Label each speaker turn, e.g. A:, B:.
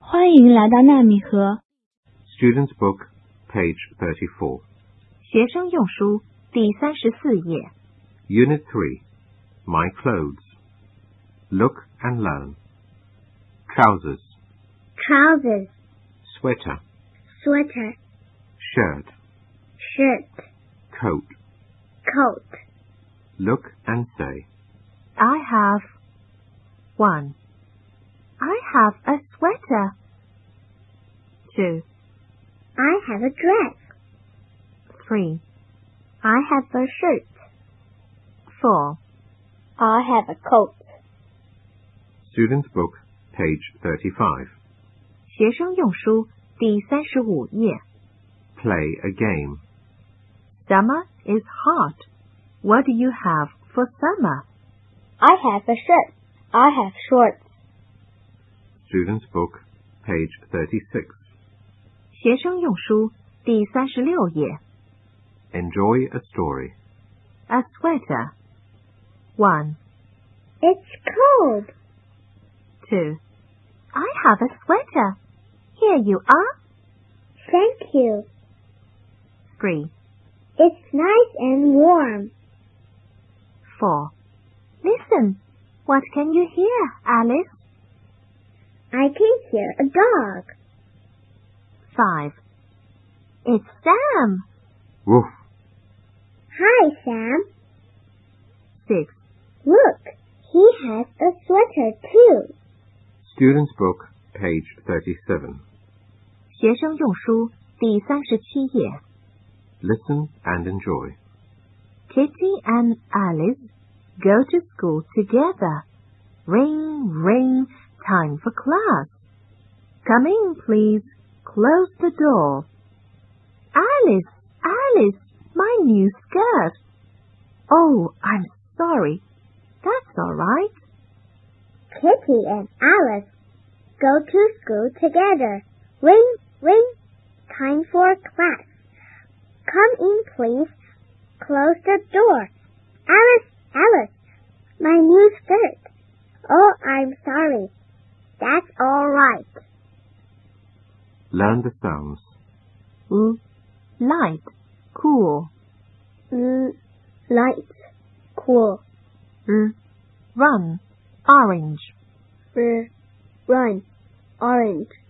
A: 欢迎来到纳米盒
B: Student's Book, page 34.
C: 学生用书第三十四页，
B: Unit 3. My clothes. Look and learn. Trousers,
D: trousers,
B: sweater,
D: sweater,
B: shirt,
D: shirt,
B: coat.
D: coat.
B: Look and say.
C: I have one. I have a sweater. Two,
D: I have a dress.
C: three,
D: I have a shirt.
C: four.
D: I have a coat.
B: Student's Book, page 35.
C: 学生用书第三十五页。
B: Play a game.
C: Summer is hot. What do you have for summer?
D: I have a shirt. I have shorts.
B: Student's Book, page 36.
C: 学生用书第三十六页。
B: Enjoy a story.
C: A sweater. One,
D: It's cold.
C: two. I have a sweater. Here you are.
D: Thank you.
C: Three,
D: It's nice and warm.
C: four. Listen. What can you hear, Alice?
D: I can hear a dog.
C: Five. It's Sam.
B: Woof.
D: Hi, Sam.
C: Six.
D: Look, he has a sweater too.
B: Student's Book, page 37.
C: 学生用书第三十七页。
B: Listen and enjoy.
C: Kitty and Alice go to school together. Ring, ring, time for class. Come in, please. Close the door. Alice, Alice, my new skirt. Oh, I'm sorry. That's all right.
D: Kitty and Alice go to school together. Ring, ring. Time for class. Come in, please. Close the door. Alice, Alice, my new skirt. Oh, I'm sorry. That's all right.
B: Learn the sounds.
C: L, light, cool.
D: Mm, light, cool.
C: R, run, orange.
D: R, run, orange.